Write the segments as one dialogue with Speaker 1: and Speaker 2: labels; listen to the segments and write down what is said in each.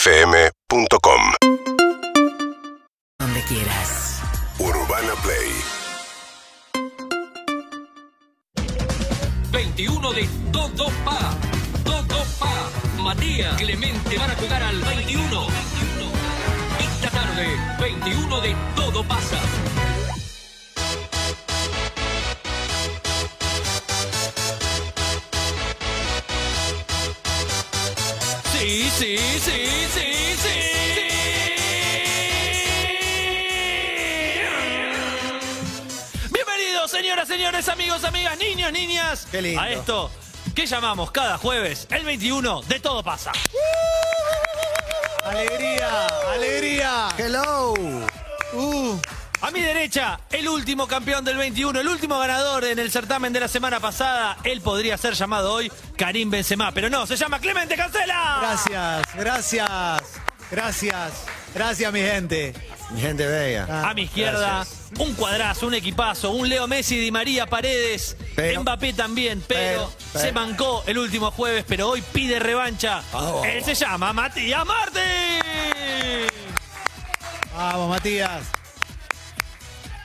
Speaker 1: UrbanaPlayFM.com
Speaker 2: donde quieras.
Speaker 1: Urbana Play
Speaker 3: 21 de Todo Pa. Todo Pa. Matías Clemente van a jugar al 21. Esta tarde, 21 de Todo Pasa. Sí, sí, sí, sí, sí. Bienvenidos, señoras, señores, amigos, amigas, niños, niñas,
Speaker 4: Qué lindo.
Speaker 3: a esto que llamamos cada jueves, el 21 de Todo Pasa.
Speaker 4: Alegría, alegría. Hello. Uh,
Speaker 3: A mi derecha, el último campeón del 21, el último ganador en el certamen de la semana pasada. Él podría ser llamado hoy Karim Benzema, pero no, se llama Clemente Cancela.
Speaker 4: gracias, gracias, gracias, gracias mi gente.
Speaker 5: Mi gente bella.
Speaker 3: A mi izquierda, un cuadrazo, un equipazo, un Leo Messi, Di María, Paredes,
Speaker 5: Pero-
Speaker 3: Mbappé también, pero,
Speaker 5: pero- pero- Ah,
Speaker 3: se mancó el último jueves, pero hoy pide revancha.
Speaker 5: Vamos.
Speaker 3: Él se llama Matías Martín.
Speaker 4: Vamos, Matías.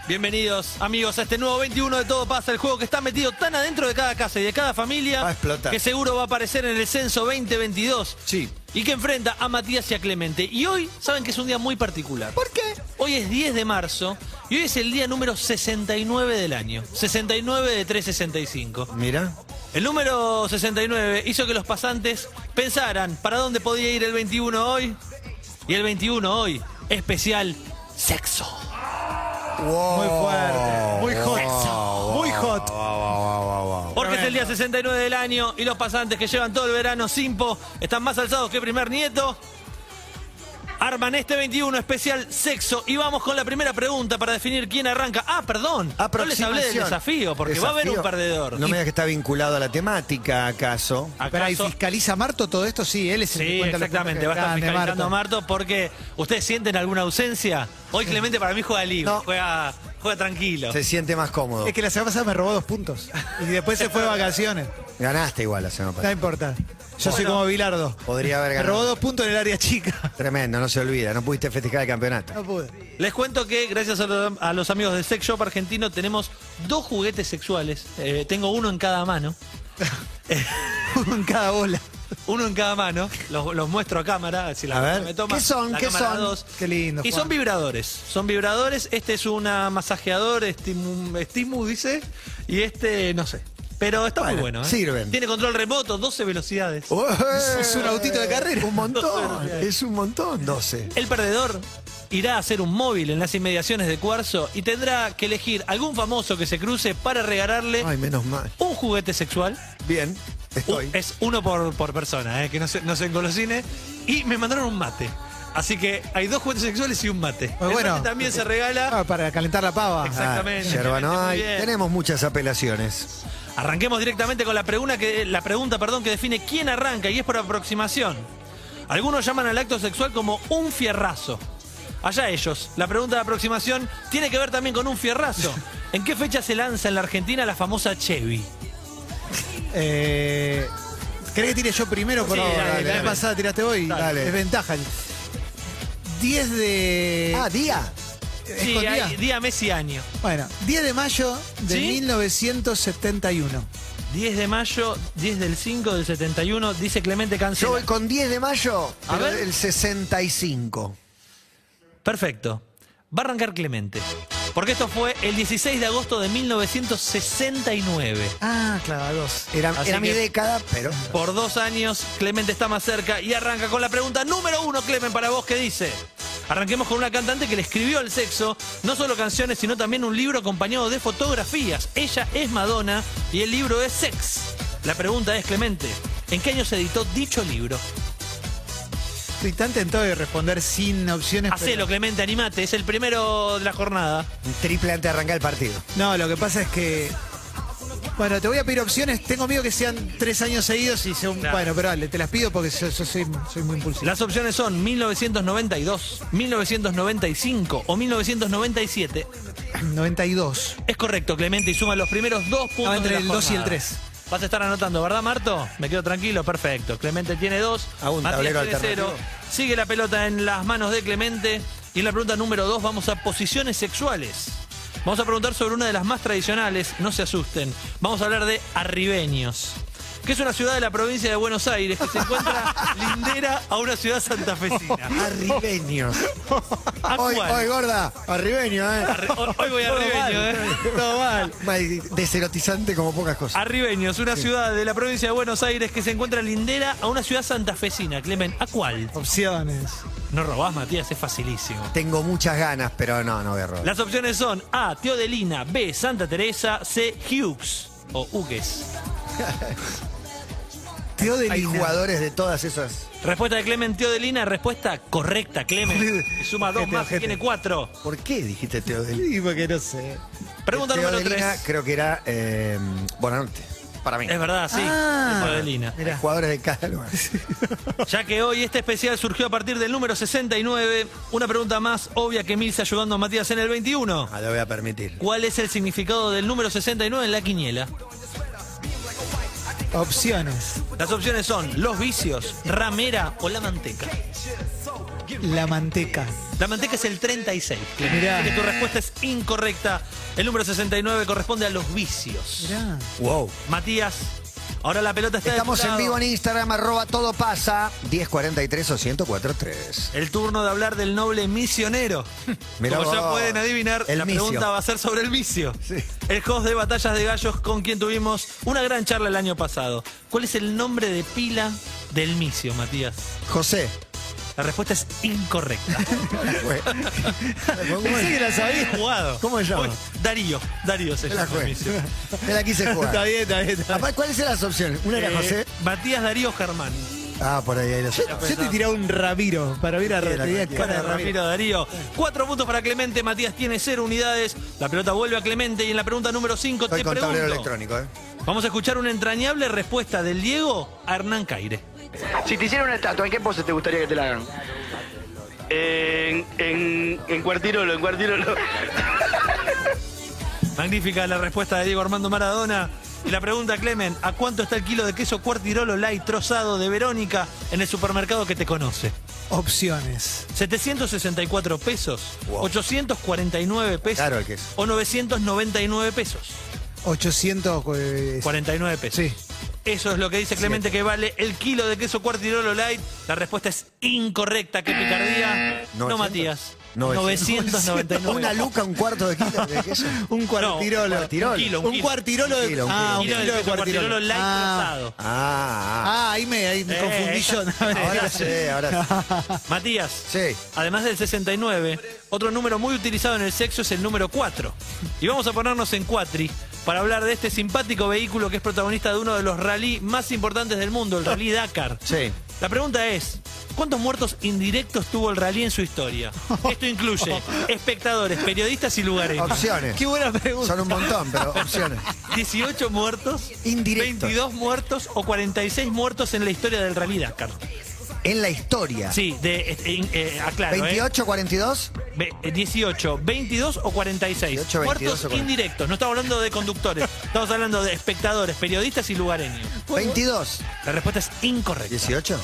Speaker 3: Bienvenidos amigos a este nuevo 21 de Todo Pasa, el juego que está metido tan adentro de cada casa y de cada familia
Speaker 5: Va a explotar.
Speaker 3: que seguro va a aparecer en el censo 2022
Speaker 5: Sí.
Speaker 3: y que enfrenta a Matías y a Clemente. Y hoy saben que es un día muy particular. ¿Por qué? Hoy es 10 de marzo y hoy es el día número 69 del año, 69 de 365.
Speaker 5: Mira.
Speaker 3: El número 69 hizo que los pasantes pensaran para dónde podía ir el 21 hoy y el 21 hoy especial sexo.
Speaker 4: Muy
Speaker 3: Oh.
Speaker 5: Oh,
Speaker 4: fuerte, muy hot, muy hot.
Speaker 3: Porque es el día 69 del año y los pasantes que llevan todo el verano sin po están más alzados que primer nieto. Arman este 21 especial sexo y vamos con la primera pregunta para definir quién arranca. Ah, perdón, no les hablé del
Speaker 5: Aproximación.
Speaker 3: desafío porque va a haber un
Speaker 5: Desafío.
Speaker 3: perdedor.
Speaker 5: No
Speaker 3: Y-
Speaker 5: me digas que está vinculado a la temática, ¿acaso?
Speaker 3: ¿Acaso?
Speaker 4: Pero ahí fiscaliza Marto todo esto, sí, él es el que
Speaker 3: Sí,
Speaker 4: cuenta los
Speaker 3: exactamente, va a
Speaker 4: puntajes.
Speaker 3: estar
Speaker 4: Grande,
Speaker 3: fiscalizando
Speaker 4: Marto.
Speaker 3: Marto porque ustedes sienten alguna ausencia. Hoy Clemente para mí juega libre,
Speaker 5: No.
Speaker 3: juega, juega tranquilo.
Speaker 5: Se siente más cómodo.
Speaker 4: Es que la semana pasada me robó dos puntos y después se fue de vacaciones.
Speaker 5: Ganaste igual la semana
Speaker 4: No
Speaker 5: pasada.
Speaker 4: importa. Yo soy
Speaker 3: Bueno.
Speaker 4: como Bilardo.
Speaker 5: Podría haber
Speaker 4: Me robó
Speaker 5: ganado.
Speaker 4: dos puntos en el área chica.
Speaker 5: Tremendo, no se olvida. No pudiste festejar el campeonato.
Speaker 4: No pude.
Speaker 3: Les cuento que gracias a, lo- a los amigos de Sex Shop Argentino tenemos dos juguetes sexuales. Eh, tengo uno en cada mano.
Speaker 4: Uno en cada bola.
Speaker 3: Uno en cada mano, los, los muestro a cámara, si la
Speaker 5: A ver,
Speaker 3: cámara me toma.
Speaker 5: ¿qué son?
Speaker 3: La
Speaker 5: ¿Qué
Speaker 3: cámara
Speaker 5: son?
Speaker 3: dos.
Speaker 4: Qué lindo,
Speaker 3: Y
Speaker 4: Juan.
Speaker 3: son vibradores, son vibradores. Este es una masajeador, estimu, estimu dice, y este no sé. Pero está muy
Speaker 5: Bueno,
Speaker 3: bueno. ¿eh?
Speaker 5: sirven. Oh.
Speaker 3: Tiene control remoto, 12 velocidades.
Speaker 4: Es un autito de carrera.
Speaker 5: Un montón. es un montón, 12.
Speaker 3: El perdedor irá a hacer un móvil en las inmediaciones de Cuarzo y tendrá que elegir algún famoso que se cruce para regalarle
Speaker 5: Ay, menos mal.
Speaker 3: un juguete sexual.
Speaker 5: Bien, estoy.
Speaker 3: Un- es uno por, por persona, eh, que no se, no se engolosine. Y me mandaron un mate. Así que hay dos juguetes sexuales y un mate.
Speaker 4: Muy
Speaker 3: El
Speaker 4: bueno.
Speaker 3: mate también se regala.
Speaker 4: Ah, para calentar la pava.
Speaker 3: Exacto. exactamente,
Speaker 5: yerba no
Speaker 3: muy
Speaker 5: hay.
Speaker 3: bien.
Speaker 5: Ah, Tenemos muchas apelaciones.
Speaker 3: Arranquemos directamente con la pregunta, que, la pregunta perdón, que define quién arranca y es por aproximación. Algunos llaman al acto sexual como un fierrazo. Allá ellos. La pregunta de aproximación tiene que ver también con un fierrazo. ¿En qué fecha se lanza en la Argentina la famosa Chevy?
Speaker 4: Eh, ¿Querés que tire yo primero? Por
Speaker 3: Sí,
Speaker 4: favor?
Speaker 3: dale,
Speaker 4: Dale, la
Speaker 3: dale.
Speaker 4: vez pasada tiraste hoy.
Speaker 3: Dale.
Speaker 4: Dale. Es ventaja. 10 de.
Speaker 5: Ah, día.
Speaker 4: ¿es
Speaker 3: Sí,
Speaker 4: con día?
Speaker 3: hay- día, mes y año.
Speaker 4: Bueno, 10 de mayo de
Speaker 3: ¿Sí?
Speaker 4: 1971.
Speaker 3: 10 de mayo, 10 del 5 del 71, dice Clemente
Speaker 5: Yo
Speaker 3: Cancela.
Speaker 5: voy con 10 de mayo,
Speaker 3: A
Speaker 5: pero
Speaker 3: ver.
Speaker 5: el 65.
Speaker 3: Perfecto. Va a arrancar Clemente. Porque esto fue el 16 de agosto de 1969.
Speaker 4: Ah, claro, dos.
Speaker 5: Era,
Speaker 3: Así
Speaker 5: era mi
Speaker 3: que-
Speaker 5: década, pero.
Speaker 3: Por dos años, Clemente está más cerca y arranca con la pregunta número uno, Clemen, para vos que dice. Arranquemos con una cantante que le escribió al sexo, no solo canciones, sino también un libro acompañado de fotografías. Ella es Madonna y el libro es Sex. La pregunta es, Clemente, ¿en qué año se editó dicho libro?
Speaker 4: Estoy tan tentado de responder sin opciones. pero-
Speaker 3: Hacelo, Clemente, animate, es el primero de la jornada.
Speaker 5: Triple antes de arrancar el partido.
Speaker 4: No, lo que pasa es que. Bueno, te voy a pedir opciones. Tengo miedo que sean tres años seguidos y sea un.
Speaker 3: Claro.
Speaker 4: Bueno, pero dale, te las pido porque yo, yo soy, soy muy impulsivo.
Speaker 3: Las opciones son 1992, 1995 o 1997.
Speaker 4: 92.
Speaker 3: Es correcto, Clemente, y suma los primeros dos puntos.
Speaker 4: No, entre
Speaker 3: de la
Speaker 4: el dos y el
Speaker 3: jornada.
Speaker 4: tres.
Speaker 3: Vas a estar anotando, ¿verdad, Marto? Me quedo tranquilo, perfecto. Clemente tiene dos.
Speaker 5: Hago un
Speaker 3: Matías
Speaker 5: tablero
Speaker 3: tiene
Speaker 5: alternativo.
Speaker 3: cero. Sigue la pelota en las manos de Clemente. Y en la pregunta número dos vamos a posiciones sexuales. Vamos a preguntar sobre una de las más tradicionales, no se asusten. Vamos a hablar de arribeños, que es una ciudad de la provincia de Buenos Aires que se encuentra lindera a una ciudad santafesina.
Speaker 5: Arribeños.
Speaker 3: ¿A
Speaker 5: Hoy,
Speaker 3: cuál?
Speaker 5: hoy, gorda, arribeño, ¿eh?
Speaker 3: Arri- hoy- hoy voy a arribeño, ¿eh? Todo mal.
Speaker 5: Deserotizante como pocas cosas.
Speaker 3: Arribeños, una ciudad de la provincia de Buenos Aires que se encuentra lindera a una ciudad santafesina. Clemen, ¿a cuál?
Speaker 4: Opciones.
Speaker 3: No robás, Matías, es facilísimo.
Speaker 5: Tengo muchas ganas, pero no, no voy a robar.
Speaker 3: Las opciones son A, Teodelina, B, Santa Teresa, C, Hughes o Hugues.
Speaker 5: Hay
Speaker 4: Teodelina.
Speaker 5: jugadores de todas esas.
Speaker 3: Respuesta de Clemen, Teodelina, respuesta correcta, Clemen. Suma dos
Speaker 4: Ojete,
Speaker 3: más,
Speaker 4: ojete.
Speaker 3: tiene cuatro.
Speaker 5: ¿Por qué dijiste Teodelina?
Speaker 4: Sí, porque no sé.
Speaker 3: Pregunta número
Speaker 5: Teodelina
Speaker 3: tres.
Speaker 5: creo que era eh, Bonanotte, para mí.
Speaker 3: Es verdad, sí,
Speaker 4: Ah.
Speaker 3: Teodelina.
Speaker 5: Hay Jugadores de cada lugar.
Speaker 3: Ya que hoy este especial surgió a partir del número 69, una pregunta más obvia que Mills ayudando a Matías en el 21.
Speaker 5: Ah, lo voy a permitir.
Speaker 3: ¿Cuál es el significado del número 69 en la quiniela?
Speaker 4: Opciones.
Speaker 3: Las opciones son los vicios, ramera o la manteca.
Speaker 4: La manteca.
Speaker 3: La manteca es el 36. Clemente.
Speaker 4: Mirá.
Speaker 3: Así que tu respuesta es incorrecta. El número 69 corresponde a los vicios.
Speaker 4: Mirá.
Speaker 5: Wow.
Speaker 3: Matías, ahora la pelota está de tu
Speaker 5: Estamos en
Speaker 3: lado.
Speaker 5: vivo en Instagram, arroba todo pasa, 1043 o 1043.
Speaker 3: El turno de hablar del noble misionero.
Speaker 5: Mirá
Speaker 3: Como ya
Speaker 5: vos.
Speaker 3: pueden adivinar,
Speaker 5: El
Speaker 3: la
Speaker 5: micio.
Speaker 3: pregunta va a ser sobre el vicio.
Speaker 5: Sí.
Speaker 3: El host de Batallas de Gallos con quien tuvimos una gran charla el año pasado. ¿Cuál es el nombre de pila del micio, Matías?
Speaker 5: José.
Speaker 3: La respuesta es incorrecta.
Speaker 5: ¿Cómo
Speaker 4: Pensé que la sabía.
Speaker 3: Jugado.
Speaker 5: ¿Cómo se llama?
Speaker 3: Darío. Darío se
Speaker 5: Me la
Speaker 3: llama. el micio.
Speaker 5: jugué. Me la quise
Speaker 4: Está
Speaker 5: jugar.
Speaker 4: bien, está bien. está bien.
Speaker 5: Aparte, ¿Cuáles eran las opciones? Una era
Speaker 3: Eh,
Speaker 5: José.
Speaker 3: Matías Darío Germán.
Speaker 5: Ah, por ahí, ahí lo sé.
Speaker 4: Yo te tiraba un Ramiro para ver a
Speaker 5: Sí, era
Speaker 4: tenía
Speaker 5: cualquiera.
Speaker 4: cara de
Speaker 3: Para
Speaker 4: Ramiro.
Speaker 3: Ramiro Darío. Cuatro puntos para Clemente. Matías tiene cero unidades. La pelota vuelve a Clemente. Y en la pregunta número cinco
Speaker 5: Estoy
Speaker 3: te
Speaker 5: con tablero
Speaker 3: pregunto.
Speaker 5: electrónico, ¿eh?
Speaker 3: Vamos a escuchar una entrañable respuesta del Diego a Hernán Caire.
Speaker 2: Si te hicieran una estatua, ¿en qué pose te gustaría que te la hagan?
Speaker 6: En, en, en Cuartirolo, en Cuartirolo.
Speaker 3: Magnífica la respuesta de Diego Armando Maradona. Y la pregunta, Clemen, ¿a cuánto está el kilo de queso cuartirolo light trozado de Verónica en el supermercado que te conoce?
Speaker 4: Opciones.
Speaker 3: 764 pesos,
Speaker 5: Wow.
Speaker 3: 849 pesos
Speaker 5: Caro el queso.
Speaker 3: o 999 pesos.
Speaker 4: 800. eh,
Speaker 3: 49 pesos.
Speaker 4: Sí.
Speaker 3: Eso es lo que dice Clemente que vale el kilo de queso cuartirolo light. La respuesta es incorrecta. ¡Qué picardía! No,
Speaker 5: 900.
Speaker 3: Matías.
Speaker 5: 900.
Speaker 3: 999.
Speaker 5: Una luca, un cuarto de kilo de queso.
Speaker 4: Un cuartirolo.
Speaker 3: No, un cuartirolo.
Speaker 4: Un,
Speaker 3: Un kilo, un kilo.
Speaker 4: cuartirolo de.
Speaker 5: Un kilo, un
Speaker 4: ah, un
Speaker 3: Kilo
Speaker 4: kilo,
Speaker 3: de
Speaker 4: de
Speaker 3: queso cuartirolo
Speaker 4: cuartirolo.
Speaker 3: light
Speaker 4: ah,
Speaker 3: trozado.
Speaker 5: Ah, ah.
Speaker 4: ah, ahí me, ahí me
Speaker 3: Eh,
Speaker 4: confundí yo.
Speaker 3: esa-
Speaker 4: No,
Speaker 5: Ahora sí, ahora sí.
Speaker 3: Matías.
Speaker 5: Sí.
Speaker 3: Además del 69, otro número muy utilizado en el sexo es el número 4. Y vamos a ponernos en cuatri para hablar de este simpático vehículo que es protagonista de uno de los rally más importantes del mundo, el Rally Dakar.
Speaker 5: Sí.
Speaker 3: La pregunta es, ¿cuántos muertos indirectos tuvo el rally en su historia? Esto incluye espectadores, periodistas y lugareños.
Speaker 5: Opciones.
Speaker 4: Qué buena pregunta.
Speaker 5: Son un montón, pero opciones.
Speaker 3: 18 muertos,
Speaker 5: Indirectos.
Speaker 3: 22 muertos o 46 muertos en la historia del Rally Dakar.
Speaker 5: En la historia.
Speaker 3: Sí, de, eh, eh, eh, aclaro, ¿eh?
Speaker 5: 28, 42.
Speaker 3: Ve- eh, 18, 22 o 46.
Speaker 5: 18, 22
Speaker 3: Muertos
Speaker 5: o 46.
Speaker 3: indirectos. No estamos hablando de conductores. estamos hablando de espectadores, periodistas y lugareños.
Speaker 5: 22.
Speaker 3: La respuesta es incorrecta.
Speaker 5: 18.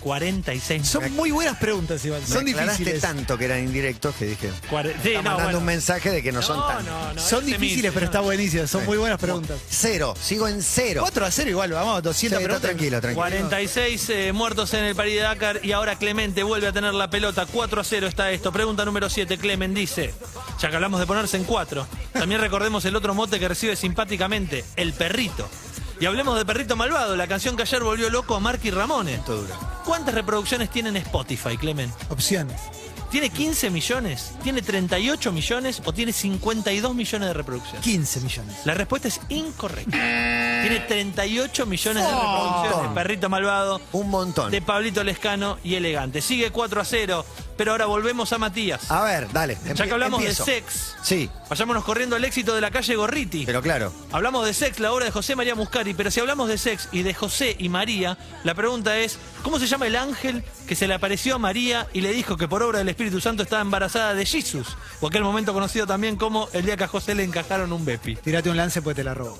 Speaker 3: 46.
Speaker 4: Son muy buenas preguntas, Iván. Son
Speaker 5: Me aclaraste
Speaker 4: difíciles.
Speaker 5: tanto que eran indirectos que dije.
Speaker 3: Cuare- sí,
Speaker 5: está
Speaker 3: no,
Speaker 5: mandando
Speaker 3: bueno.
Speaker 5: un mensaje de que no,
Speaker 3: No,
Speaker 5: son tan.
Speaker 3: no, no,
Speaker 4: Son
Speaker 3: este
Speaker 4: difíciles,
Speaker 3: Mills,
Speaker 4: pero
Speaker 3: no.
Speaker 4: está buenísimas. Son muy buenas preguntas.
Speaker 5: Cero. Sigo en cero.
Speaker 4: 4 a 0 igual, vamos, 200
Speaker 5: Sí, está
Speaker 4: preguntas.
Speaker 5: tranquilo, tranquilo.
Speaker 3: 46 eh, muertos en el París de Dakar y ahora Clemente vuelve a tener la pelota. 4 a 0 está esto. Pregunta número 7. Clemen dice, ya que hablamos de ponerse en 4, también recordemos el otro mote que recibe simpáticamente, el perrito. Y hablemos de Perrito Malvado, la canción que ayer volvió loco a Marky Ramones.
Speaker 5: Esto dura.
Speaker 3: ¿Cuántas reproducciones tiene en Spotify, Clemen?
Speaker 4: Opciones.
Speaker 3: ¿Tiene 15 millones? ¿Tiene 38 millones? ¿O tiene 52 millones de reproducciones?
Speaker 4: 15 millones.
Speaker 3: La respuesta es incorrecta. Tiene 38 millones de reproducciones. Perrito malvado.
Speaker 5: Un montón.
Speaker 3: De Pablito Lescano y elegante. Sigue 4 a 0, pero ahora volvemos a Matías.
Speaker 5: A ver, dale.
Speaker 3: ya
Speaker 5: Ah, empie-
Speaker 3: que hablamos
Speaker 5: empiezo.
Speaker 3: de sex,
Speaker 5: Sí,
Speaker 3: vayámonos corriendo al éxito de la calle Gorriti.
Speaker 5: pero claro.
Speaker 3: Hablamos de sex, la obra de José María Muscari, pero si hablamos de sex y de José y María, la pregunta es, ¿cómo se llama el ángel que se le apareció a María y le dijo que por obra del Espíritu Santo estaba embarazada de Jesús? O aquel momento conocido también como el día que a José le encajaron un bepi.
Speaker 4: Tirate un lance pues te la robo.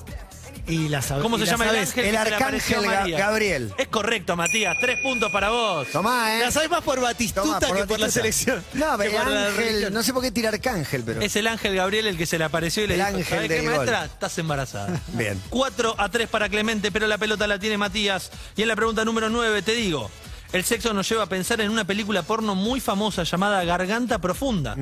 Speaker 4: Y la sab-
Speaker 3: ¿Cómo
Speaker 4: y
Speaker 3: se
Speaker 4: la
Speaker 3: llama el
Speaker 4: sabés.
Speaker 3: ángel? que
Speaker 5: El
Speaker 3: se le
Speaker 5: arcángel
Speaker 3: apareció a
Speaker 5: Ga-
Speaker 3: María?
Speaker 5: Gabriel.
Speaker 3: Es correcto, Matías. Tres puntos para vos.
Speaker 5: Tomá, ¿eh?
Speaker 4: La sabes más por Batistuta
Speaker 5: Tomá,
Speaker 4: que por la
Speaker 5: Batistuta.
Speaker 4: selección.
Speaker 5: No,
Speaker 3: que
Speaker 5: pero
Speaker 3: por la
Speaker 5: ángel,
Speaker 3: religión.
Speaker 5: no sé por qué tirar arcángel, pero.
Speaker 3: Es el ángel Gabriel el que se le apareció y le
Speaker 5: El
Speaker 3: dijo,
Speaker 5: ángel
Speaker 3: ¿sabes
Speaker 5: del
Speaker 3: qué,
Speaker 5: gol".
Speaker 3: maestra? Estás embarazada.
Speaker 5: Bien.
Speaker 3: 4 a 3 para Clemente, pero la pelota la tiene Matías. Y en la pregunta número 9 te digo, el sexo nos lleva a pensar en una película porno muy famosa llamada Garganta Profunda.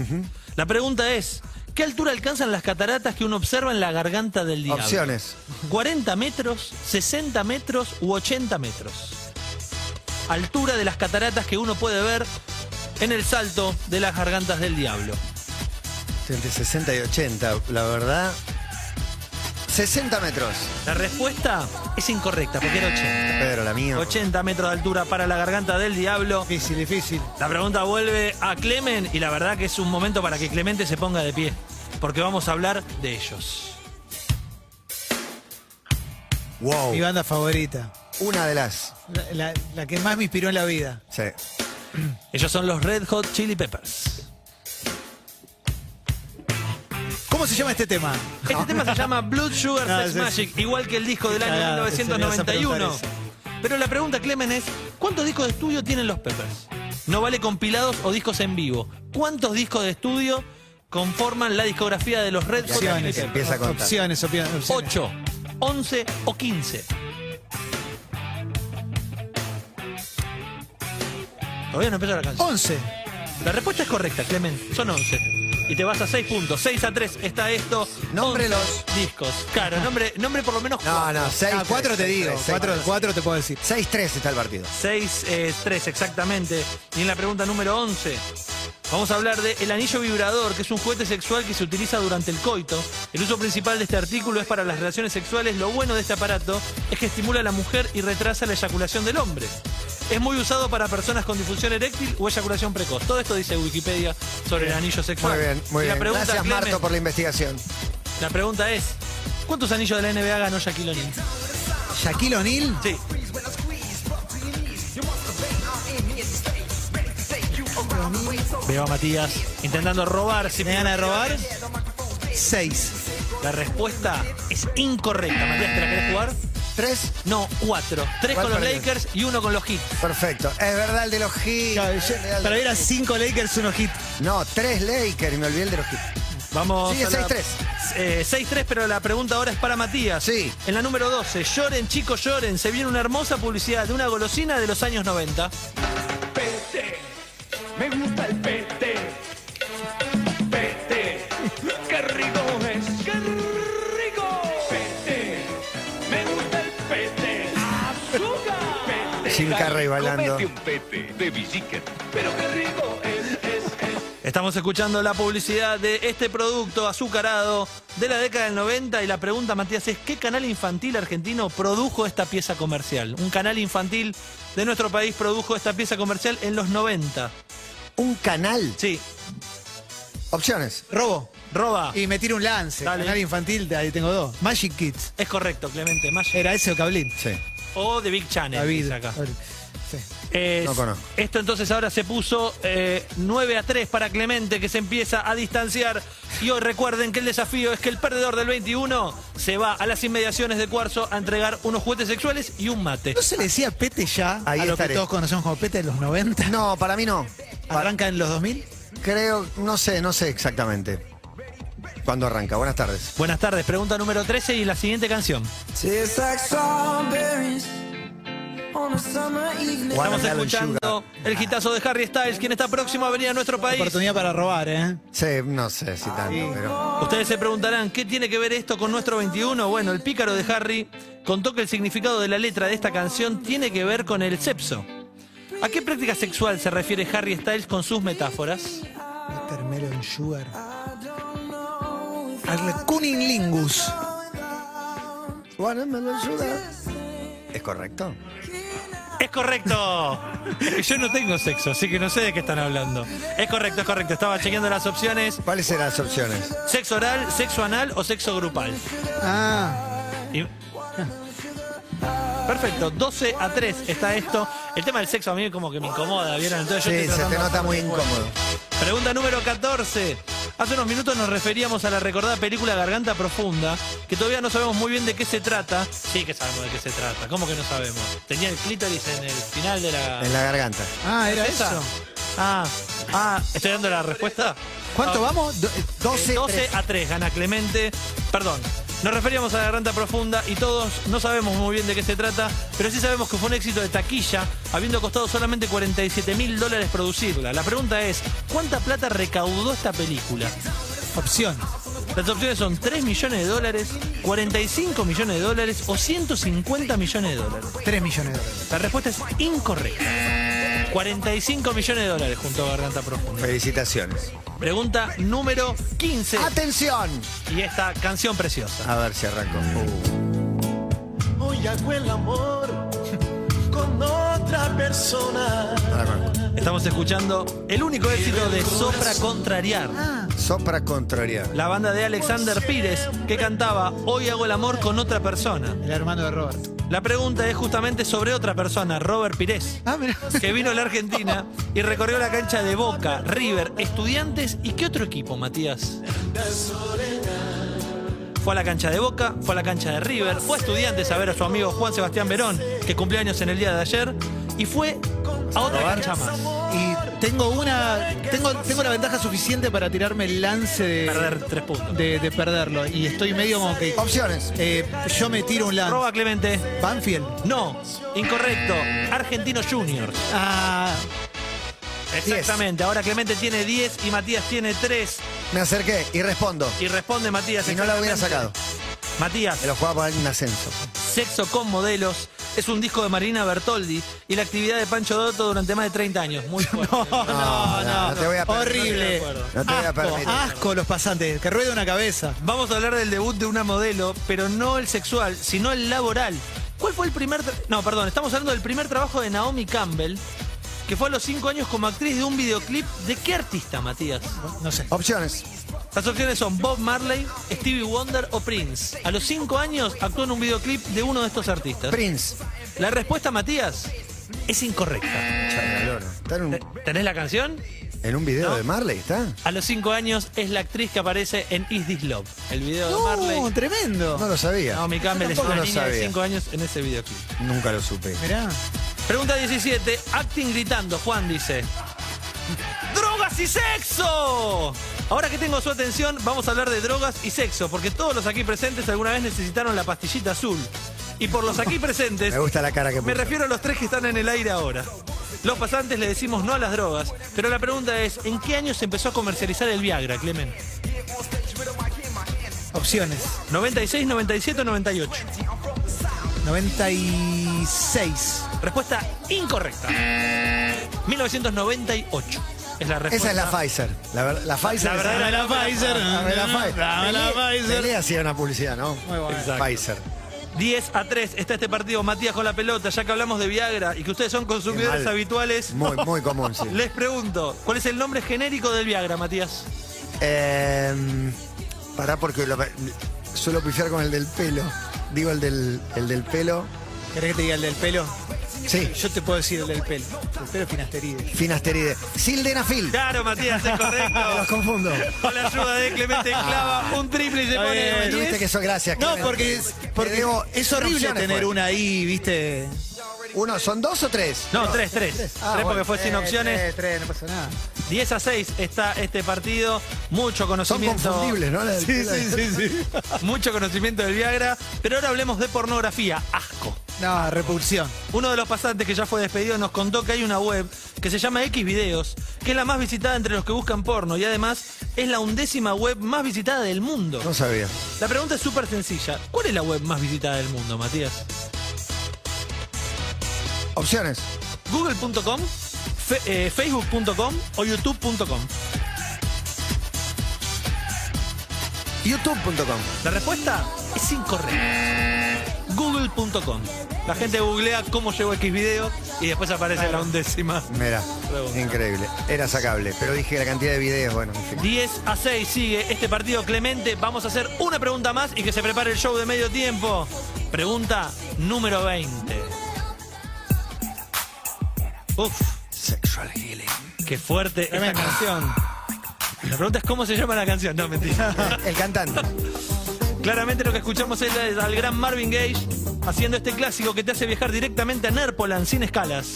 Speaker 3: La pregunta es, ¿qué altura alcanzan las cataratas que uno observa en la garganta del diablo?
Speaker 5: Opciones.
Speaker 3: 40 metros, 60 metros u 80 metros. Altura de las cataratas que uno puede ver en el salto de las gargantas del diablo.
Speaker 5: Entre 60 y 80, la verdad. 60 metros.
Speaker 3: La respuesta es incorrecta, porque era 80.
Speaker 5: Pedro, la mía.
Speaker 3: 80 metros de altura para la garganta del diablo.
Speaker 4: Difícil, difícil.
Speaker 3: La pregunta vuelve a Clemen y la verdad que es un momento para que Clemente se ponga de pie, porque vamos a hablar de ellos.
Speaker 5: Wow.
Speaker 4: Mi banda favorita.
Speaker 5: Una de las.
Speaker 4: La, la- la que más me inspiró en la vida.
Speaker 5: Sí.
Speaker 3: Ellos son los Red Hot Chili Peppers.
Speaker 4: ¿Cómo se llama este tema?
Speaker 3: Este tema se llama Blood Sugar
Speaker 4: No,
Speaker 3: Sex
Speaker 4: ese-
Speaker 3: Magic, igual que el disco del
Speaker 4: Qué
Speaker 3: año
Speaker 4: cagada, pensé que me ibas a preguntar
Speaker 3: 1991. Pero la pregunta, Clemen, es ¿cuántos discos de estudio tienen los Peppers? No vale compilados o discos en vivo. ¿Cuántos discos de estudio conforman la discografía de los Red Hot Chili
Speaker 4: Opciones.
Speaker 5: que
Speaker 3: Peppers?
Speaker 5: empieza a contar.
Speaker 4: Opciones, opciones. opciones.
Speaker 3: 8, 11 o 15. Todavía no empezó la canción.
Speaker 4: 11.
Speaker 3: La respuesta es correcta, Clemen. Son 11. Y te vas a 6 puntos. 6 a 3 está esto.
Speaker 5: Nómbrelos.
Speaker 3: 11 Discos. Claro, nombre, nombre por lo menos
Speaker 5: No, no, 6.
Speaker 4: Ah, 4 te digo. 4, te puedo decir.
Speaker 5: 6-3 está el partido.
Speaker 3: 6, 3 eh, exactamente. Y en la pregunta número 11, vamos a hablar de el anillo vibrador, que es un juguete sexual que se utiliza durante el coito. El uso principal de este artículo es para las relaciones sexuales. Lo bueno de este aparato es que estimula a la mujer y retrasa la eyaculación del hombre. Es muy usado para personas con difusión eréctil o eyaculación precoz. Todo esto dice Wikipedia sobre el anillo sexual.
Speaker 5: Muy bien, muy
Speaker 3: Y la
Speaker 5: bien.
Speaker 3: pregunta,
Speaker 5: Gracias,
Speaker 3: Clemen,
Speaker 5: Marto, por la investigación.
Speaker 3: La pregunta es, ¿cuántos anillos de la NBA ganó Shaquille O'Neal?
Speaker 4: Shaquille O'Neal.
Speaker 3: Sí, veo a Matías intentando robar. Si
Speaker 4: ¿Me van a robar? 6.
Speaker 3: La respuesta es incorrecta. Matías, ¿te la querés jugar?
Speaker 5: 3.
Speaker 3: No, cuatro. Tres
Speaker 5: ¿Cuál
Speaker 3: con los
Speaker 5: perdés?
Speaker 3: Lakers y uno con los Heat.
Speaker 5: Perfecto. Es verdad el de los Heat. es verdad el
Speaker 4: Para
Speaker 5: de
Speaker 4: mí eran
Speaker 5: los Heat.
Speaker 4: 5 Lakers, 1 hit.
Speaker 5: No, 3 Lakers. Me olvidé el de los Heat.
Speaker 3: Vamos.
Speaker 5: Sigue
Speaker 3: a la-
Speaker 5: 6-3.
Speaker 3: Eh, 6-3, pero la pregunta ahora es para Matías.
Speaker 5: Sí.
Speaker 3: En la número 12, lloren, chicos, lloren. Se viene una hermosa publicidad de una golosina de los años 90.
Speaker 7: Pete, me gusta el pete. Pete, qué rico es, qué rico. Pete, me gusta el pete. Azúcar. Pete,
Speaker 5: Jim Carrey bailando.
Speaker 7: comete un pete, baby chicken. Pero qué rico es, es, es.
Speaker 3: Estamos escuchando la publicidad de este producto azucarado de la década del 90 y la pregunta, Matías, es ¿qué canal infantil argentino produjo esta pieza comercial? Un canal infantil de nuestro país produjo esta pieza comercial en los 90.
Speaker 5: Un canal.
Speaker 3: Sí,
Speaker 5: Opciones.
Speaker 4: Robo.
Speaker 3: roba.
Speaker 4: Y me tiro un lance.
Speaker 3: Dale.
Speaker 4: Canal infantil, ahí tengo dos. Magic Kids.
Speaker 3: Es correcto, Clemente. Magic.
Speaker 4: Era ese o Cablín.
Speaker 5: Sí.
Speaker 3: O The Big Channel.
Speaker 4: Eh, David.
Speaker 3: dice acá.
Speaker 4: Sí.
Speaker 3: Es-
Speaker 5: No conozco.
Speaker 3: Esto entonces ahora se puso eh, 9 a 3 para Clemente, que se empieza a distanciar. Y hoy recuerden que el desafío es que el perdedor del 21 se va a las inmediaciones de Cuarzo a entregar unos juguetes sexuales y un mate.
Speaker 4: ¿No se le decía Pete ya
Speaker 5: Ahí
Speaker 4: a lo
Speaker 5: estaré.
Speaker 4: que todos conocemos como Pete en los 90?
Speaker 5: No, para mí no.
Speaker 4: ¿Arranca en los 2000?
Speaker 5: Creo, no sé, no sé exactamente. ¿Cuándo arranca? Buenas tardes.
Speaker 3: Buenas tardes, pregunta número 13 y la siguiente canción.
Speaker 8: Tastes like strawberries on a summer evening.
Speaker 5: One
Speaker 3: Estamos
Speaker 5: Melon
Speaker 3: escuchando el hitazo de Harry Styles, quien está próximo a venir a nuestro país.
Speaker 4: Oportunidad para robar, ¿eh?
Speaker 5: Sí, no sé si tanto, pero.
Speaker 3: Ustedes se preguntarán, ¿qué tiene que ver esto con nuestro 21? Bueno, el pícaro de Harry contó que el significado de la letra de esta canción tiene que ver con el sexo. ¿A qué práctica sexual se refiere Harry Styles con sus metáforas?
Speaker 4: Mr. Melon Sugar. Al Lingus.
Speaker 5: Bueno, me lo ayuda. ¿Es correcto?
Speaker 3: ¡Es correcto! Yo no tengo sexo, así que no sé de qué están hablando. Es correcto, es correcto. Estaba chequeando las opciones.
Speaker 5: ¿Cuáles eran las opciones?
Speaker 3: ¿Sexo oral, sexo anal o sexo grupal?
Speaker 4: Ah,
Speaker 3: Y- Perfecto, 12 a 3 está esto. El tema del sexo a mí como que me incomoda, ¿vieron? Entonces yo
Speaker 5: Sí,
Speaker 3: estoy
Speaker 5: se te
Speaker 3: tratando-
Speaker 5: nota muy incómodo.
Speaker 3: Pregunta número 14. Hace unos minutos nos referíamos a la recordada película Garganta Profunda, que todavía no sabemos muy bien de qué se trata. Sí que sabemos de qué se trata, ¿cómo que no sabemos? Tenía el clítoris en el final de la...
Speaker 5: En la garganta.
Speaker 4: Ah, era
Speaker 3: ¿Esa?
Speaker 4: eso.
Speaker 3: Ah, ah, ¿estoy dando la respuesta?
Speaker 4: ¿Cuánto
Speaker 3: Ah,
Speaker 4: vamos? Do-
Speaker 3: eh,
Speaker 5: 12,
Speaker 3: 12 a 3 gana Clemente. Perdón. Nos referíamos a la Garganta Profunda y todos no sabemos muy bien de qué se trata, pero sí sabemos que fue un éxito de taquilla, habiendo costado solamente 47 mil dólares producirla. La pregunta es, ¿cuánta plata recaudó esta película?
Speaker 4: Opción.
Speaker 3: Las opciones son 3 millones de dólares, 45 millones de dólares o 150 millones de dólares.
Speaker 4: 3 millones de dólares.
Speaker 3: La respuesta es incorrecta. 45 millones de dólares junto a Garganta Profunda.
Speaker 5: Felicitaciones.
Speaker 3: Pregunta número 15
Speaker 5: Ah, ¡Atención!
Speaker 3: y esta canción preciosa.
Speaker 5: A ver si arranco.
Speaker 9: Uh. Hoy hago el amor con otra persona.
Speaker 5: Arranco.
Speaker 3: Estamos escuchando el único éxito de Sopra Contrariar,
Speaker 5: Sopra contraria.
Speaker 3: la banda de Alexander Pires que cantaba Hoy hago el amor con otra persona.
Speaker 4: El hermano de Robert.
Speaker 3: La pregunta es justamente sobre otra persona, Robert Pires,
Speaker 4: Ah, mira.
Speaker 3: que vino a la Argentina y recorrió la cancha de Boca, River, Estudiantes y ¿qué otro equipo, Matías? Fue a la cancha de Boca, fue a la cancha de River, fue a Estudiantes a ver a su amigo Juan Sebastián Verón, que cumplió años en el día de ayer, y fue a otra cancha más.
Speaker 4: Y tengo una. Tengo, tengo la ventaja suficiente para tirarme el lance de.
Speaker 3: Perder tres puntos.
Speaker 4: De, de perderlo. Y estoy medio como que.
Speaker 5: Opciones.
Speaker 4: eh, yo me tiro un lance.
Speaker 3: Roba Clemente.
Speaker 4: Banfield.
Speaker 3: No, incorrecto. Argentino Junior.
Speaker 4: Ah,
Speaker 3: Exactamente. Ahora Clemente tiene 10 y Matías tiene 3.
Speaker 5: Me acerqué y respondo.
Speaker 3: Y responde Matías.
Speaker 5: Si no la hubiera sacado.
Speaker 3: exactamente. Matías,
Speaker 5: Me lo jugaba por un ascenso.
Speaker 3: Sexo con Modelos es un disco de Marina Bertoldi y la actividad de Pancho Dotto durante más de 30 años. Muy fuerte. no,
Speaker 5: no, no te voy a permitir.
Speaker 4: horrible.
Speaker 5: No te voy a
Speaker 4: asco,
Speaker 5: permitir.
Speaker 4: asco los pasantes. Que ruede una cabeza.
Speaker 3: Vamos a hablar del debut de una modelo, pero no el sexual, sino el laboral. ¿Cuál fue el primer.? tra- No, perdón, estamos hablando del primer trabajo de Naomi Campbell, que fue a los 5 años como actriz de un videoclip. ¿De qué artista, Matías?
Speaker 4: No sé.
Speaker 5: Opciones.
Speaker 3: Las opciones son Bob Marley, Stevie Wonder o Prince. A los 5 años actuó en un videoclip de uno de estos artistas.
Speaker 5: Prince.
Speaker 3: La respuesta, Matías, es incorrecta.
Speaker 5: Chagaloro. Está en
Speaker 4: Mm.
Speaker 3: Te-
Speaker 5: un,
Speaker 3: ¿Tenés la canción?
Speaker 5: en un video de Marley, ¿está?
Speaker 3: A los 5 años es la actriz que aparece en Is This Love, el video de Marley.
Speaker 4: No, tremendo.
Speaker 5: No lo sabía.
Speaker 3: Naomi Campbell es
Speaker 5: Yo tampoco
Speaker 3: una
Speaker 5: lo
Speaker 3: niña de
Speaker 5: sabía.
Speaker 3: 5 años en ese videoclip.
Speaker 5: Nunca lo supe.
Speaker 4: Mirá.
Speaker 3: Pregunta 17. Acting gritando, Juan dice. ¡Drogas y sexo! Ahora que tengo su atención, vamos a hablar de drogas y sexo, porque todos los aquí presentes alguna vez necesitaron la pastillita azul. Y por los aquí presentes,
Speaker 5: Me gusta la cara que
Speaker 3: me
Speaker 5: puso.
Speaker 3: refiero a los tres que están en el aire ahora. Los pasantes le decimos no a las drogas, pero la pregunta es, ¿en qué año se empezó a comercializar el Viagra, Clemen?
Speaker 4: Opciones.
Speaker 3: ¿96, 97 o 98?
Speaker 4: 96.
Speaker 3: Respuesta incorrecta. 1998 es la respuesta.
Speaker 5: Esa es la Pfizer. La, ver- la Pfizer. es-
Speaker 3: verdadera
Speaker 5: Dame
Speaker 3: la Pfizer.
Speaker 4: Ah,
Speaker 5: la Pfizer.
Speaker 3: Dame la Pfizer.
Speaker 5: Pelé hacía una publicidad, ¿no? Muy
Speaker 4: bueno.
Speaker 5: Pfizer.
Speaker 3: 10 a 3 está este partido. Matías con la pelota, ya que hablamos de Viagra y que ustedes son
Speaker 5: Qué
Speaker 3: consumidores
Speaker 5: mal.
Speaker 3: habituales.
Speaker 5: Muy, muy común, sí.
Speaker 3: Les pregunto, ¿cuál es el nombre genérico del Viagra, Matías?
Speaker 5: Eh, pará porque lo- suelo pifiar con el del pelo. Digo el del, el del pelo.
Speaker 4: ¿Querés que te diga el del pelo?
Speaker 5: Sí,
Speaker 4: Yo te puedo decir el del pelo. El pelo finasteride.
Speaker 5: finasteride. Sildenafil.
Speaker 3: Claro, Matías, es
Speaker 5: Los
Speaker 3: correcto.
Speaker 5: confundo.
Speaker 3: Con la ayuda de Clemente
Speaker 5: Ah.
Speaker 3: clava un triple y se pone
Speaker 4: bien,
Speaker 3: diez.
Speaker 5: Tuviste que eso, gracias.
Speaker 4: No,
Speaker 5: Clemente.
Speaker 4: porque es,
Speaker 5: Te
Speaker 4: porque
Speaker 5: debo-
Speaker 4: es horrible
Speaker 5: opciones,
Speaker 4: tener
Speaker 5: fue.
Speaker 4: una ahí, viste.
Speaker 5: Uno, ¿son dos o tres?
Speaker 3: No, 3, 3. 3
Speaker 5: Ah,
Speaker 3: porque
Speaker 5: bueno.
Speaker 3: fue sin
Speaker 5: Eh,
Speaker 3: opciones.
Speaker 4: Tres, tres, no pasa nada.
Speaker 3: 10 a 6 está este partido. Mucho
Speaker 5: Son
Speaker 3: conocimiento.
Speaker 5: confundibles, ¿no? La del
Speaker 4: Sí,
Speaker 5: pelo.
Speaker 4: sí, sí, sí.
Speaker 3: Mucho conocimiento del Viagra. Pero ahora hablemos de pornografía. Asco.
Speaker 4: No, repulsión.
Speaker 3: Uno de los pasantes que ya fue despedido nos contó que hay una web que se llama X Videos, que es la más visitada entre los que buscan porno y además es la undécima web más visitada del mundo.
Speaker 5: No sabía.
Speaker 3: La pregunta es súper sencilla. ¿Cuál es la web más visitada del mundo, Matías?
Speaker 5: Opciones.
Speaker 3: ¿Google.com? fe- eh, ¿Facebook.com o YouTube.com?
Speaker 5: YouTube.com.
Speaker 3: La respuesta es incorrecta. Google.com. La gente googlea cómo llegó X Videos y después aparece la undécima.
Speaker 5: Mira,
Speaker 3: Pregunta.
Speaker 5: increíble. Era sacable, pero dije la cantidad de videos, bueno, en fin.
Speaker 3: 10 a 6 sigue este partido Clemente. Vamos a hacer una pregunta más y que se prepare el show de medio tiempo. Pregunta número 20. Uf,
Speaker 5: Sexual healing.
Speaker 3: qué fuerte esta canción. La pregunta es cómo se llama la canción. No, mentira.
Speaker 5: El cantante.
Speaker 3: Claramente lo que escuchamos es la- al gran Marvin Gaye haciendo este clásico que te hace viajar directamente a Nerpolan sin escalas.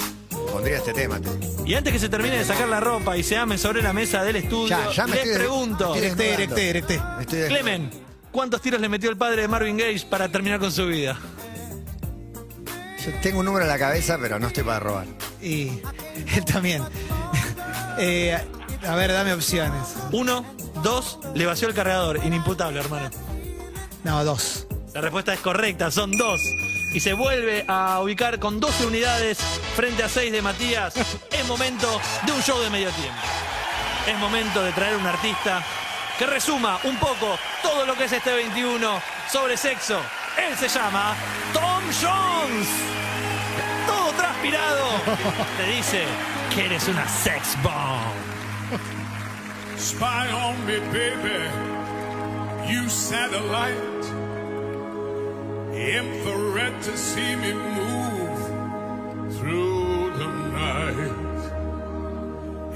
Speaker 5: Pondría este tema. tú.
Speaker 3: Y antes que se termine de sacar la ropa y se amen sobre la mesa del estudio,
Speaker 5: Ya, ya me
Speaker 3: les
Speaker 5: estoy-
Speaker 3: pregunto,
Speaker 5: estoy-
Speaker 4: Directé, directé, directé.
Speaker 5: Estoy de-
Speaker 3: Clemen, ¿cuántos tiros le metió el padre de Marvin Gaye para terminar con su vida?
Speaker 5: Yo tengo un número en la cabeza, pero no estoy para robar.
Speaker 4: Y él también. Eh, a ver, dame opciones.
Speaker 3: Uno, dos, le vació el cargador. Inimputable, hermano.
Speaker 4: No, dos.
Speaker 3: La respuesta es correcta, son dos. Y se vuelve a ubicar con 12 unidades frente a 6 de Matías. Es momento de un show de medio tiempo. Es momento de traer un artista que resuma un poco todo lo que es este 21 sobre sexo. Él se llama Tom Jones. Todo transpirado. Te dice que eres una sex bomb.
Speaker 9: Spy on me, baby. You satellite. Infrared to see me move through the night.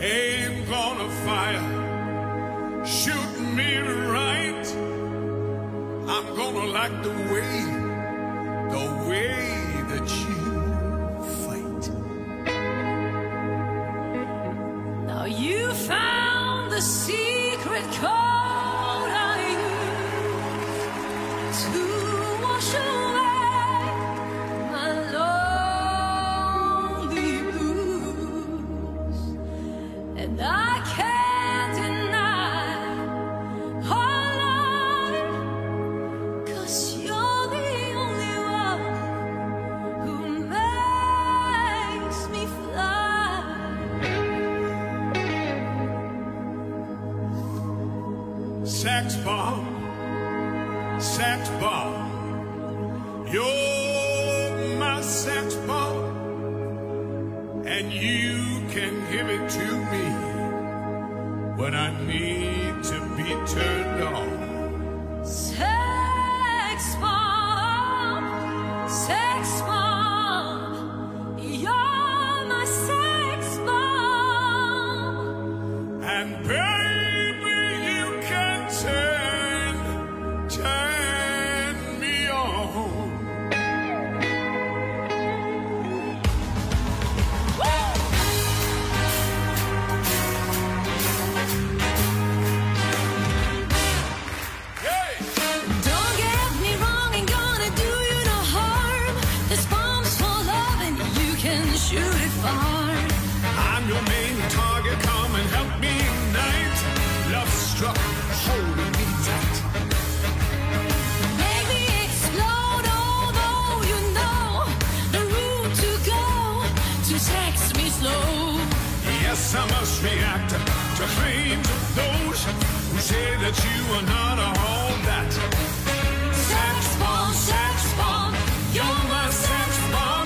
Speaker 9: Aim gonna fire. Shoot me right. I'm gonna like the way, the way that you fight.
Speaker 8: Now you found the secret code I use to wash away my lonely blues, and I can't deny, oh Lord, 'cause you're the only one who makes me fly.
Speaker 9: Sex bomb, sex bomb. You're my sex bomb, and you can give it to me when I need to be turned on.
Speaker 8: Sex bomb, sex bomb, you're my sex bomb.
Speaker 9: And baby, you can turn, turn me on.
Speaker 8: Don't get me wrong, ain't gonna do you no harm. This bomb's for love and you can shoot it far.
Speaker 9: I'm your main target, come and help me ignite. Love struck, holding me tight.
Speaker 8: Make me explode, although you know the route to go to sex me slow.
Speaker 9: Yes, I must react to claims of those who say that you are not all that.
Speaker 8: Sex bomb, sex bomb,
Speaker 9: You're my sex bomb,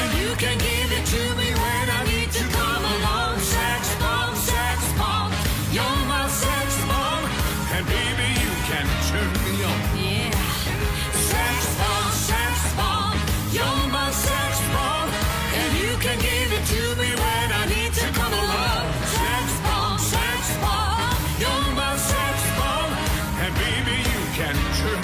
Speaker 9: and you can give it to me when I need to come along. Sex bomb, sex bomb, you're my sex bomb, and baby, you can turn me on.
Speaker 8: yeah.
Speaker 9: Sex bomb, sex bomb, you're my sex bomb, and you can give it to me when I need to come along. Sex bomb, sex bomb, you're my sex bomb, and baby, you can turn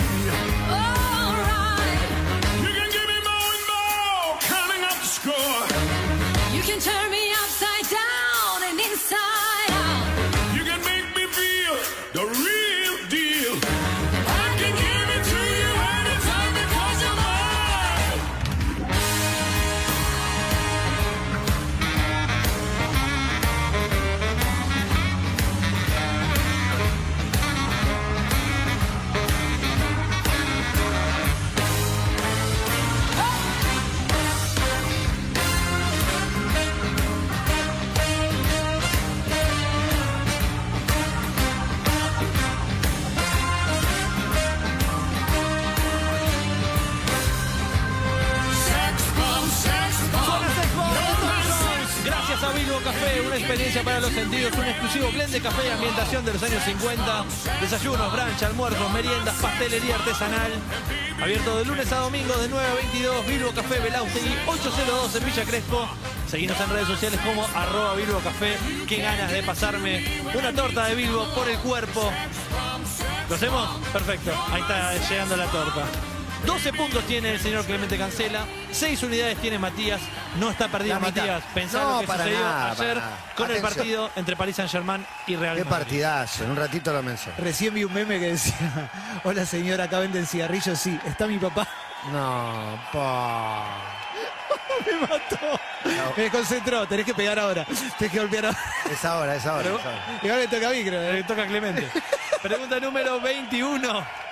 Speaker 3: Vas a Bilbo Café, una experiencia para los sentidos, un exclusivo blend de café y ambientación de los años 50. Desayunos, brunch, almuerzos, meriendas, pastelería artesanal. Abierto de lunes a domingo de 9 a 22, Bilbo Café Velautegui 802 en Villa Crespo. Seguimos en redes sociales como arroba Bilbo Café. Qué ganas de pasarme una torta de Bilbo por el cuerpo. ¿Lo hacemos? Perfecto. Ahí está llegando la torta. 12 puntos tiene el señor Clemente Cancela, 6 unidades tiene Matías, no está perdido
Speaker 5: La mitad.
Speaker 3: Matías. Pensá
Speaker 5: No,
Speaker 3: lo que
Speaker 5: para
Speaker 3: sucedió
Speaker 5: nada, para
Speaker 3: ayer
Speaker 5: nada.
Speaker 3: con el
Speaker 5: Atención.
Speaker 3: partido entre París Saint Germain y Real
Speaker 5: Qué
Speaker 3: Madrid.
Speaker 5: partidazo, en un ratito lo menciono.
Speaker 4: Recién vi un meme que decía, hola señora, acá venden cigarrillos, sí, está mi papá.
Speaker 5: No, po.
Speaker 4: Me mató. Me desconcentró, tenés que pegar ahora. Tenés que golpear ahora.
Speaker 5: Es ahora, es ahora. es ahora.
Speaker 4: Y ahora le toca a mí, creo. ¿eh?
Speaker 3: Le toca a Clemente. Pregunta número 21.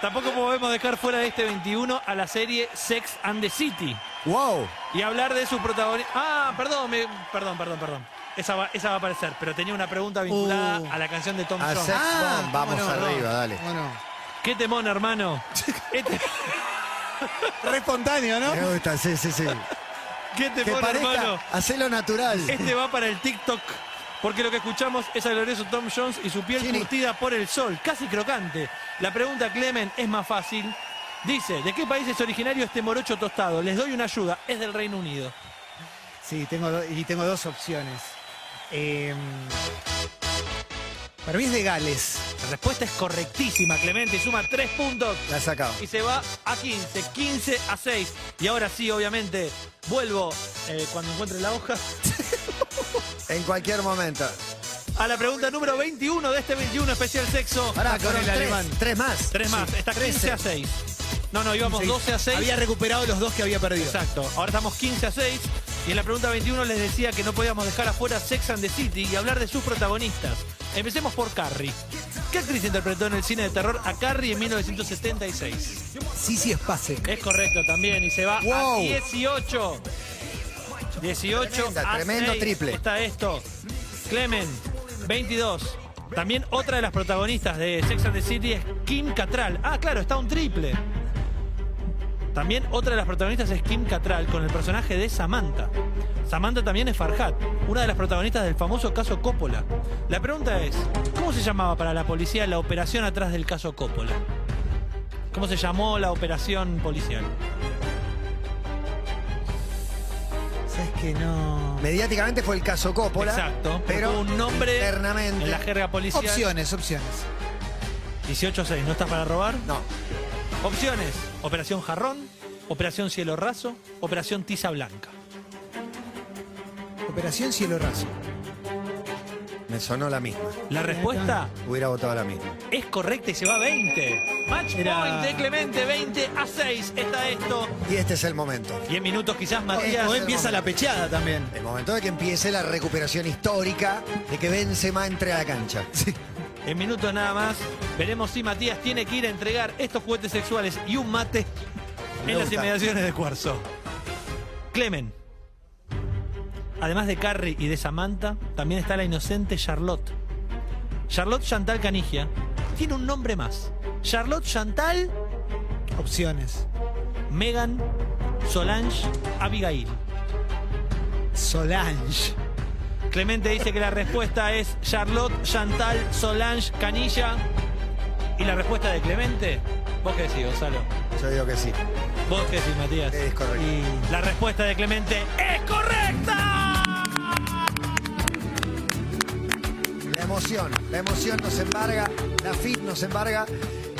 Speaker 3: Tampoco podemos dejar fuera de este 21 a la serie Sex and the City.
Speaker 5: Wow.
Speaker 3: Y hablar de su protagonista. Ah, perdón, me- perdón, perdón, perdón. Esa va, esa va a aparecer, pero tenía una pregunta vinculada
Speaker 4: Uh.
Speaker 3: a la canción de Tom
Speaker 5: A
Speaker 3: Jones.
Speaker 5: Sex
Speaker 4: Ah,
Speaker 5: Bomb, vamos
Speaker 4: cómo no,
Speaker 5: arriba, dale.
Speaker 4: Bueno,
Speaker 3: ¡Qué temón, hermano! Este-
Speaker 4: re espontáneo, ¿no?
Speaker 5: Me gusta, sí, sí, sí.
Speaker 3: ¡Qué
Speaker 5: Que
Speaker 3: temón, hermano!
Speaker 5: parezca, hacelo natural.
Speaker 3: Este va para el TikTok. Porque lo que escuchamos es al glorioso Tom Jones y su piel
Speaker 5: Chini.
Speaker 3: curtida por el sol, casi crocante. La pregunta, Clemen, es más fácil. Dice, ¿de qué país es originario este morocho tostado? Les doy una ayuda, es del Reino Unido.
Speaker 4: Sí, tengo do- y tengo dos opciones. Eh, para mí es de Gales.
Speaker 3: La respuesta es correctísima, Clemente, y suma tres puntos.
Speaker 5: La has sacado.
Speaker 3: Y se va a 15, 15 a 6. Y ahora sí, obviamente, vuelvo eh, cuando encuentre la hoja.
Speaker 5: En cualquier momento.
Speaker 3: A la pregunta número 21 de este 21 especial sexo.
Speaker 5: Pará,
Speaker 4: Ah, con
Speaker 5: con
Speaker 4: el alemán.
Speaker 5: tres, tres más.
Speaker 3: Tres más, está 15 a 6. No, no, íbamos 12 a 6.
Speaker 4: Había recuperado los dos que había perdido.
Speaker 3: Exacto, ahora estamos 15 a 6. Y en la pregunta 21 les decía que no podíamos dejar afuera Sex and the City y hablar de sus protagonistas. Empecemos por Carrie. ¿Qué actriz interpretó en el cine de terror a Carrie en 1976?
Speaker 4: Sí, sí, es pase.
Speaker 3: Es correcto también y se va a
Speaker 5: Wow.
Speaker 3: 18. 18
Speaker 5: Tremenda,
Speaker 3: a
Speaker 5: tremendo
Speaker 3: 6.
Speaker 5: triple.
Speaker 3: Está esto. Clemen, 22. También otra de las protagonistas de Sex and the City es Kim Cattrall. Ah, claro, está un triple. También otra de las protagonistas es Kim Cattrall con el personaje de Samantha. Samantha también es Farhat, una de las protagonistas del famoso caso Coppola. La pregunta es, ¿cómo se llamaba para la policía la operación atrás del caso Coppola? ¿Cómo se llamó la operación policial?
Speaker 4: Sabes que no.
Speaker 5: Mediáticamente fue el caso Coppola.
Speaker 3: Exacto.
Speaker 5: Pero
Speaker 3: tuvo un nombre
Speaker 5: internamente.
Speaker 3: en la jerga policial.
Speaker 4: Opciones, opciones.
Speaker 3: 18-6, ¿no estás para robar?
Speaker 5: No.
Speaker 3: Opciones. Operación Jarrón, Operación Cielo Raso, Operación Tiza Blanca.
Speaker 4: Operación Cielo Raso.
Speaker 5: Me sonó la misma.
Speaker 3: La respuesta
Speaker 5: Hubiera votado la misma.
Speaker 3: es correcta y se va a 20. Match
Speaker 4: Era-
Speaker 3: point de Clemente, 20 a 6 está esto.
Speaker 5: Y este es el momento.
Speaker 3: 10 minutos quizás, Matías.
Speaker 4: O empieza la pecheada también.
Speaker 5: El momento de que empiece la recuperación histórica de que Benzema entre a la cancha.
Speaker 3: En minutos nada más, veremos si Matías tiene que ir a entregar estos juguetes sexuales y un mate
Speaker 5: Me
Speaker 3: en las
Speaker 5: gusta.
Speaker 3: inmediaciones de Cuarzo. Clemen. Además de Carrie y de Samantha, también está la inocente Charlotte. Charlotte Chantal Canigia tiene un nombre más. Charlotte Chantal
Speaker 4: Opciones.
Speaker 3: Megan Solange Abigail.
Speaker 4: Solange.
Speaker 3: Clemente dice que la respuesta es Charlotte Chantal Solange Canilla. Y la respuesta de Clemente, vos qué decís, Gonzalo.
Speaker 5: Yo digo que sí.
Speaker 3: ¿Vos qué decís, Matías?
Speaker 5: Es correcto.
Speaker 3: Y la respuesta de Clemente es correcta.
Speaker 5: La emoción, la emoción nos embarga, la fit nos embarga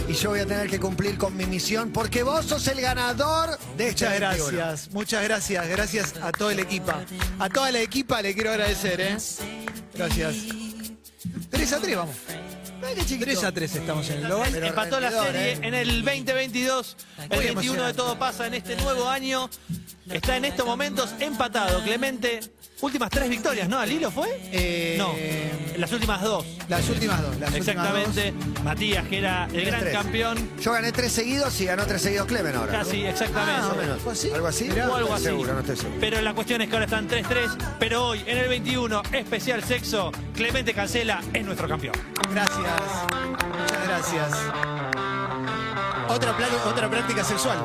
Speaker 5: y yo voy a tener que cumplir con mi misión porque vos sos el ganador de este
Speaker 4: Muchas
Speaker 5: esta
Speaker 4: gracias, muchas gracias, gracias a todo el equipo. A toda la equipa le quiero agradecer, ¿eh? Gracias. 3 a 3, vamos. 3 a 3 estamos en el global.
Speaker 5: Pero
Speaker 3: Empató la
Speaker 5: rendidor,
Speaker 3: serie
Speaker 5: ¿eh?
Speaker 3: en el 2022. El 21 de
Speaker 4: emocionante.
Speaker 3: todo pasa en este nuevo año. Está en estos momentos empatado. Clemente, últimas tres victorias, ¿no? ¿Al hilo fue?
Speaker 4: Eh,
Speaker 3: No, las últimas dos.
Speaker 4: Las últimas dos, las
Speaker 3: Exactamente.
Speaker 4: últimas
Speaker 3: Matías, que era el gran
Speaker 5: tres.
Speaker 3: campeón.
Speaker 5: Yo gané tres seguidos y ganó tres seguidos Clemen ahora. ¿no?
Speaker 3: Casi, Ah,
Speaker 5: Más o
Speaker 3: exactamente.
Speaker 5: menos.
Speaker 4: ¿Algo así?
Speaker 5: ¿Algo así?
Speaker 4: Mirá.
Speaker 5: No
Speaker 3: o algo
Speaker 5: estoy
Speaker 3: así.
Speaker 5: seguro, no estoy seguro.
Speaker 3: Pero la cuestión es que ahora están 3-3. Pero hoy, en el 21, especial sexo, Clemente Cancela es nuestro campeón.
Speaker 4: dos. Gracias, muchas gracias. Otra, pla- otra práctica sexual.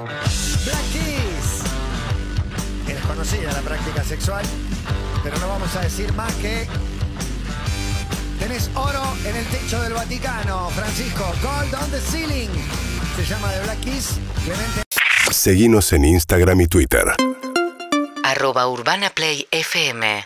Speaker 5: Black Keys. Es conocida la práctica sexual. Pero no vamos a decir más que. Tenés oro en el techo del Vaticano, Francisco. Gold on the ceiling. Se llama The Black Keys. Clemente
Speaker 1: Seguimos en Instagram y Twitter.
Speaker 10: arroba urbanaplayfm